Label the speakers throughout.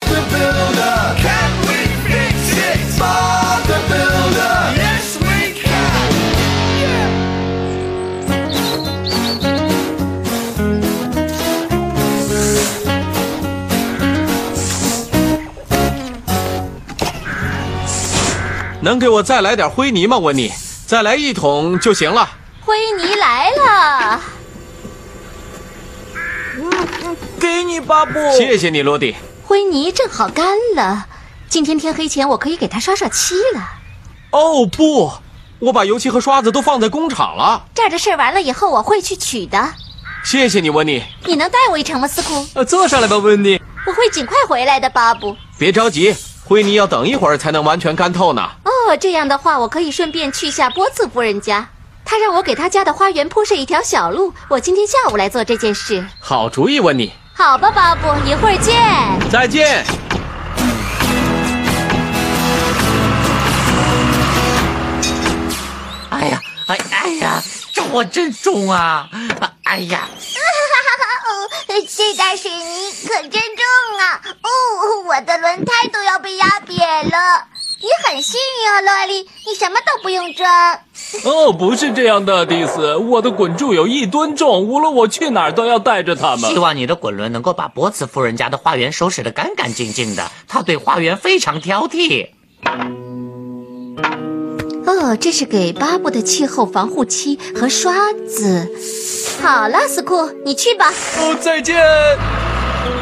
Speaker 1: The Builder. Can we fix it? Bob the Builder. Yes, we can.
Speaker 2: 能给我再来点灰泥吗？问你，再来一桶就行了。
Speaker 3: 哦
Speaker 4: 灰泥来了，
Speaker 3: 给你巴布，
Speaker 2: 谢谢你，罗迪。
Speaker 4: 灰泥正好干了。今天天黑前，我可以给它刷刷漆了。
Speaker 2: 哦不，我把油漆和刷子都放在工厂了。
Speaker 4: 这儿的事儿完了以后，我会去取的。
Speaker 2: 谢谢你，温妮。
Speaker 4: 你能带我一程吗，斯库？
Speaker 3: 呃，坐上来吧，温妮。
Speaker 4: 我会尽快回来的，巴布。
Speaker 2: 别着急，灰泥要等一会儿才能完全干透呢。
Speaker 4: 哦，这样的话，我可以顺便去下波茨夫人家。她让我给她家的花园铺设一条小路。我今天下午来做这件事。
Speaker 2: 好主意，温妮。
Speaker 4: 好吧，巴布，一会儿见。
Speaker 2: 再见。
Speaker 5: 哎呀，哎哎呀，这火真重啊！哎呀，
Speaker 6: 哦， 这袋水泥可真重啊！哦，我的轮胎都要被压扁了。你很幸运啊，洛丽，你什么都不用装。
Speaker 3: 哦，不是这样的，迪斯，我的滚柱有一吨重，无论我去哪儿都要带着它们
Speaker 5: 希。望你的滚轮能够把博茨夫人家的花园收拾得干干净净的。她对花园非常挑剔。
Speaker 4: 哦，这是给巴布的气候防护漆和刷子。好了，斯库，你去吧。
Speaker 3: 哦，再见。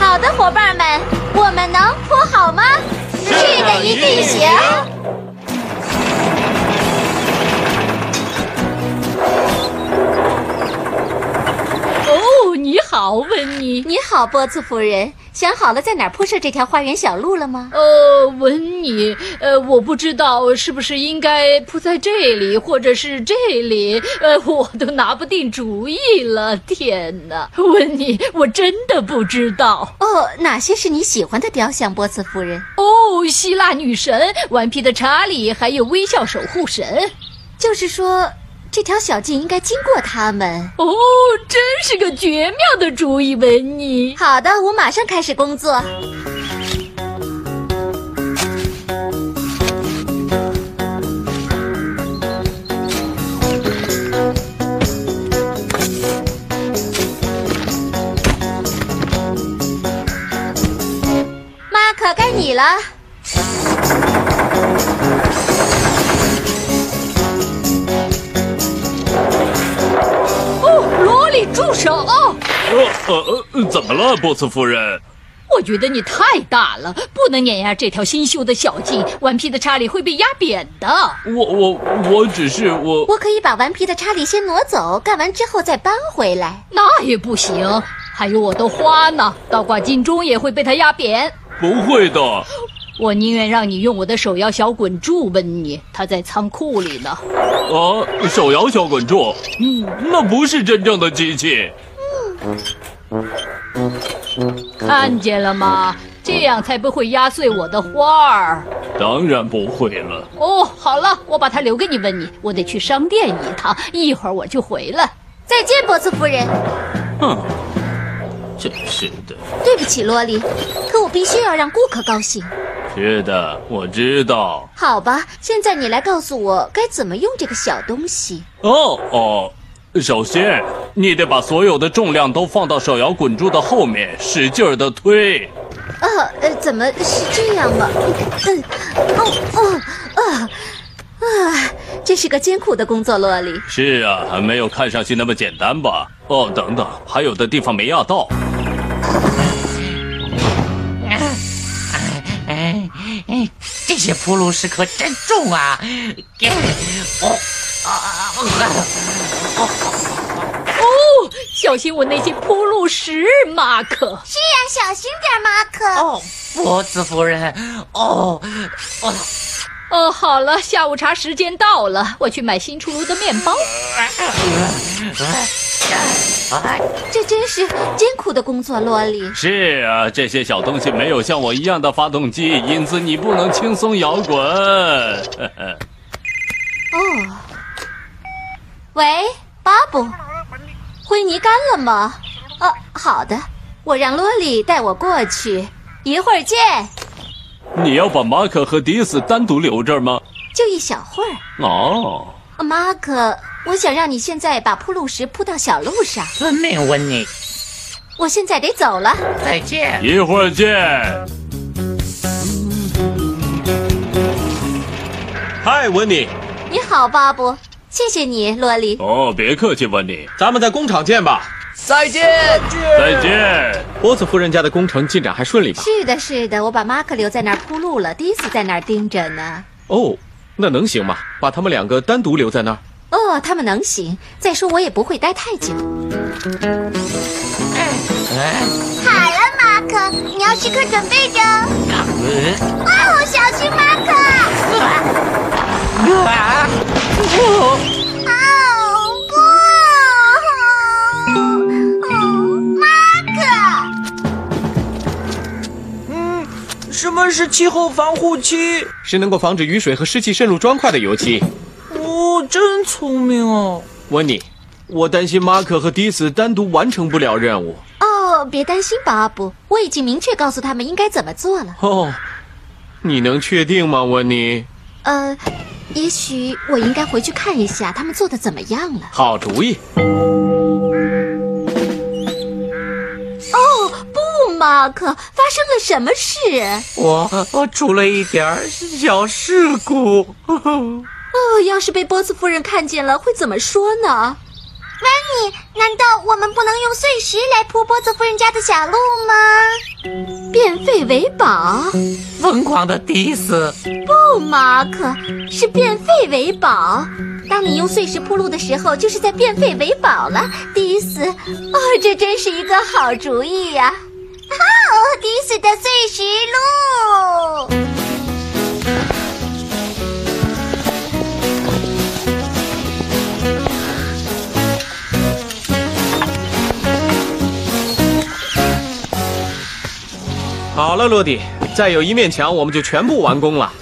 Speaker 4: 好的，伙伴们，我们能铺好吗？是的，一定行。
Speaker 7: 哦，你好，温妮。
Speaker 4: 你好，波茨夫人，想好了在哪儿铺设这条花园小路了吗？
Speaker 7: 呃，温妮，呃，我不知道是不是应该铺在这里，或者是这里，呃，我都拿不定主意了。天哪，温妮，我真的不知道。
Speaker 4: 哦，哪些是你喜欢的雕像，波茨夫人？
Speaker 7: 哦，希腊女神、顽皮的查理，还有微笑守护神。
Speaker 4: 就是说，这条小径应该经过他们。
Speaker 7: 哦，真是个绝妙的主意，温妮。
Speaker 4: 好的，我马上开始工作。马可，该你了。
Speaker 7: 哦，罗莉，住手！
Speaker 3: 呃呃呃，怎么了，波茨夫人？
Speaker 7: 我觉得你太大了，不能碾压这条新修的小径，顽皮的查理会被压扁的。
Speaker 3: 我我我只是我
Speaker 4: 我可以把顽皮的查理先挪走，干完之后再搬回来。
Speaker 7: 那也不行，还有我的花呢，倒挂金钟也会被它压扁。
Speaker 3: 不会的。
Speaker 7: 我宁愿让你用我的手摇小滚柱温你，它在仓库里呢。
Speaker 3: 啊，手摇小滚柱，嗯，那不是真正的机器。
Speaker 7: 看见了吗？这样才不会压碎我的花儿。
Speaker 3: 当然不会了。
Speaker 7: 哦，好了，我把它留给你温你，我得去商店一趟，一会儿我就回来。哦
Speaker 4: 再见，波茨夫人。
Speaker 3: 哼，真是的。
Speaker 4: 对不起，洛丽，可我必须要让顾客高兴。
Speaker 3: 是的，我知道。
Speaker 4: 好吧，现在你来告诉我该怎么用这个小东西。
Speaker 3: 哦哦，首先你得把所有的重量都放到手摇滚珠的后面，使劲儿的推。
Speaker 4: 呃呃，怎么是这样吗？嗯，哦哦啊啊！这是个艰苦的工作，洛丽。
Speaker 6: 哎
Speaker 3: 是啊，还没有看上去那么简单吧？哦，等等，还有的地方没压到。
Speaker 5: 哎哎，这些铺路石可真重啊！哎哦啊啊啊！
Speaker 7: 哦，小心我那些铺路石，马可。
Speaker 6: 是呀，小心点，马可。
Speaker 5: 哦，波茨夫人，哦，哦，
Speaker 7: 哦，好了，下午茶时间到了，我去买新出炉的面包。
Speaker 5: 哎。
Speaker 4: 这真是艰苦的工作，洛丽。
Speaker 3: 是啊，这些小东西没有像我一样的发动机，因此你不能轻松摇滚。
Speaker 4: 哦喂，巴布，灰泥干了吗？哦，好的，我让洛丽带我过去，一会儿见。
Speaker 3: 你要把马可和迪斯单独留这儿吗？
Speaker 4: 就一小会儿。
Speaker 3: 哦，
Speaker 4: 呃马可，我想让你现在把铺路石铺到小路上。
Speaker 5: 遵命，温妮，
Speaker 4: 我现在得走了。
Speaker 5: 再见。
Speaker 3: 一会儿见。
Speaker 2: 嗨，温妮，
Speaker 4: 你好，巴布，谢谢你，洛丽。
Speaker 3: 哦，别客气，温妮，
Speaker 2: 咱们在工厂见吧。
Speaker 3: 再见。
Speaker 2: 波斯夫人家的工程进展还顺利吧？
Speaker 4: 是的，是的，我把马可留在那儿铺路了，迪斯在那儿盯着呢。
Speaker 2: 哦，那能行吗？把他们两个单独留在那儿？
Speaker 4: 哦，他们能行。再说我也不会待太久。
Speaker 6: 嗯好了，马可，你要时刻准备着。哦，
Speaker 8: 呃
Speaker 6: 小心马可！
Speaker 4: 啊
Speaker 6: 哦不！哦马可，
Speaker 8: 什么是气候防护漆？
Speaker 2: 是能够防止雨水和湿气渗入砖块的油漆。
Speaker 8: 哦，真聪明哦！
Speaker 2: 温妮，我担心马可和迪斯单独完成不了任务。
Speaker 4: 哦，别担心，巴布，我已经明确告诉他们应该怎么做了。
Speaker 2: 哦，你能确定吗，温妮？
Speaker 4: 呃，也许我应该回去看一下他们做的怎么样了。
Speaker 2: 好主意。
Speaker 4: 哦，不，马可，发生了什么事？
Speaker 8: 我我出了一点儿小事故。
Speaker 4: 哦，要是被波斯夫人看见了，会怎么说呢？
Speaker 6: 温妮，难道我们不能用碎石来铺波子夫人家的小路吗？
Speaker 4: 变废为宝？
Speaker 8: 疯狂的迪斯，
Speaker 4: 不，马可，是变废为宝。当你用碎石铺路的时候，就是在变废为宝了，迪斯。哦，这真是一个好主意呀、
Speaker 6: 哦，迪斯的碎石路。
Speaker 2: 好了，洛迪，再有一面墙我们就全部完工了。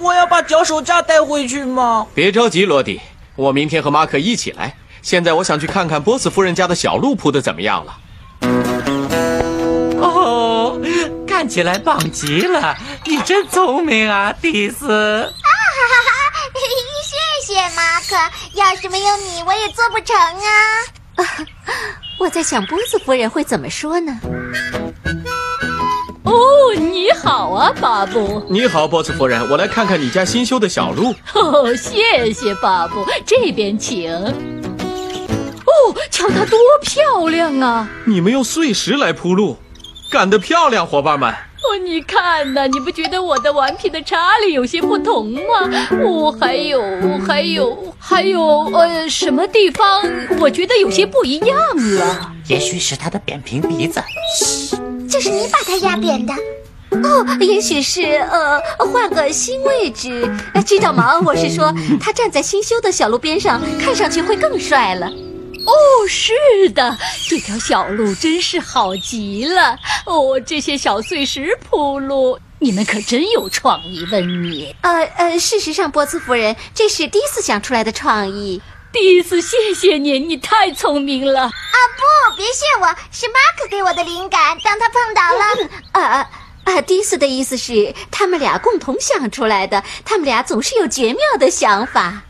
Speaker 8: 我要把脚手架带回去吗？
Speaker 2: 别着急，罗迪，我明天和马可一起来。现在我想去看看波斯夫人家的小路铺的怎么样了。
Speaker 8: 哦，看起来棒极了！你真聪明啊，迪斯。
Speaker 6: 谢谢马可，要是没有你，我也做不成啊。
Speaker 4: 我在想波斯夫人会怎么说呢？
Speaker 7: 哦，你好啊，巴布。
Speaker 2: 你好，波斯夫人，我来看看你家新修的小路。
Speaker 7: 哦，谢谢巴布，这边请。哦，瞧它多漂亮啊！
Speaker 2: 你们用碎石来铺路，干得漂亮，伙伴们！
Speaker 7: 哦，你看呐、你不觉得我的顽皮的查理有些不同吗？哦，还有，还有，还有，呃，什么地方我觉得有些不一样了？
Speaker 5: 也许是他的扁平鼻子。
Speaker 6: 就是你把它压扁的。
Speaker 4: 哦，也许是呃，换个新位置。呃知道吗？我 是说，他站在新修的小路边上，看上去会更帅了。
Speaker 7: 哦，是的，这条小路真是好极了。哦，这些小碎石铺路，你们可真有创意，温妮。
Speaker 4: 呃呃，事实上，波茨夫人，这是第一次想出来的创意。
Speaker 7: 第一次，谢谢你，你太聪明了。
Speaker 6: 不，别谢我，是马可给我的灵感。当他碰倒了，
Speaker 4: 呃呃呃，迪斯的意思是他们俩共同想出来的，他们俩总是有绝妙的想法。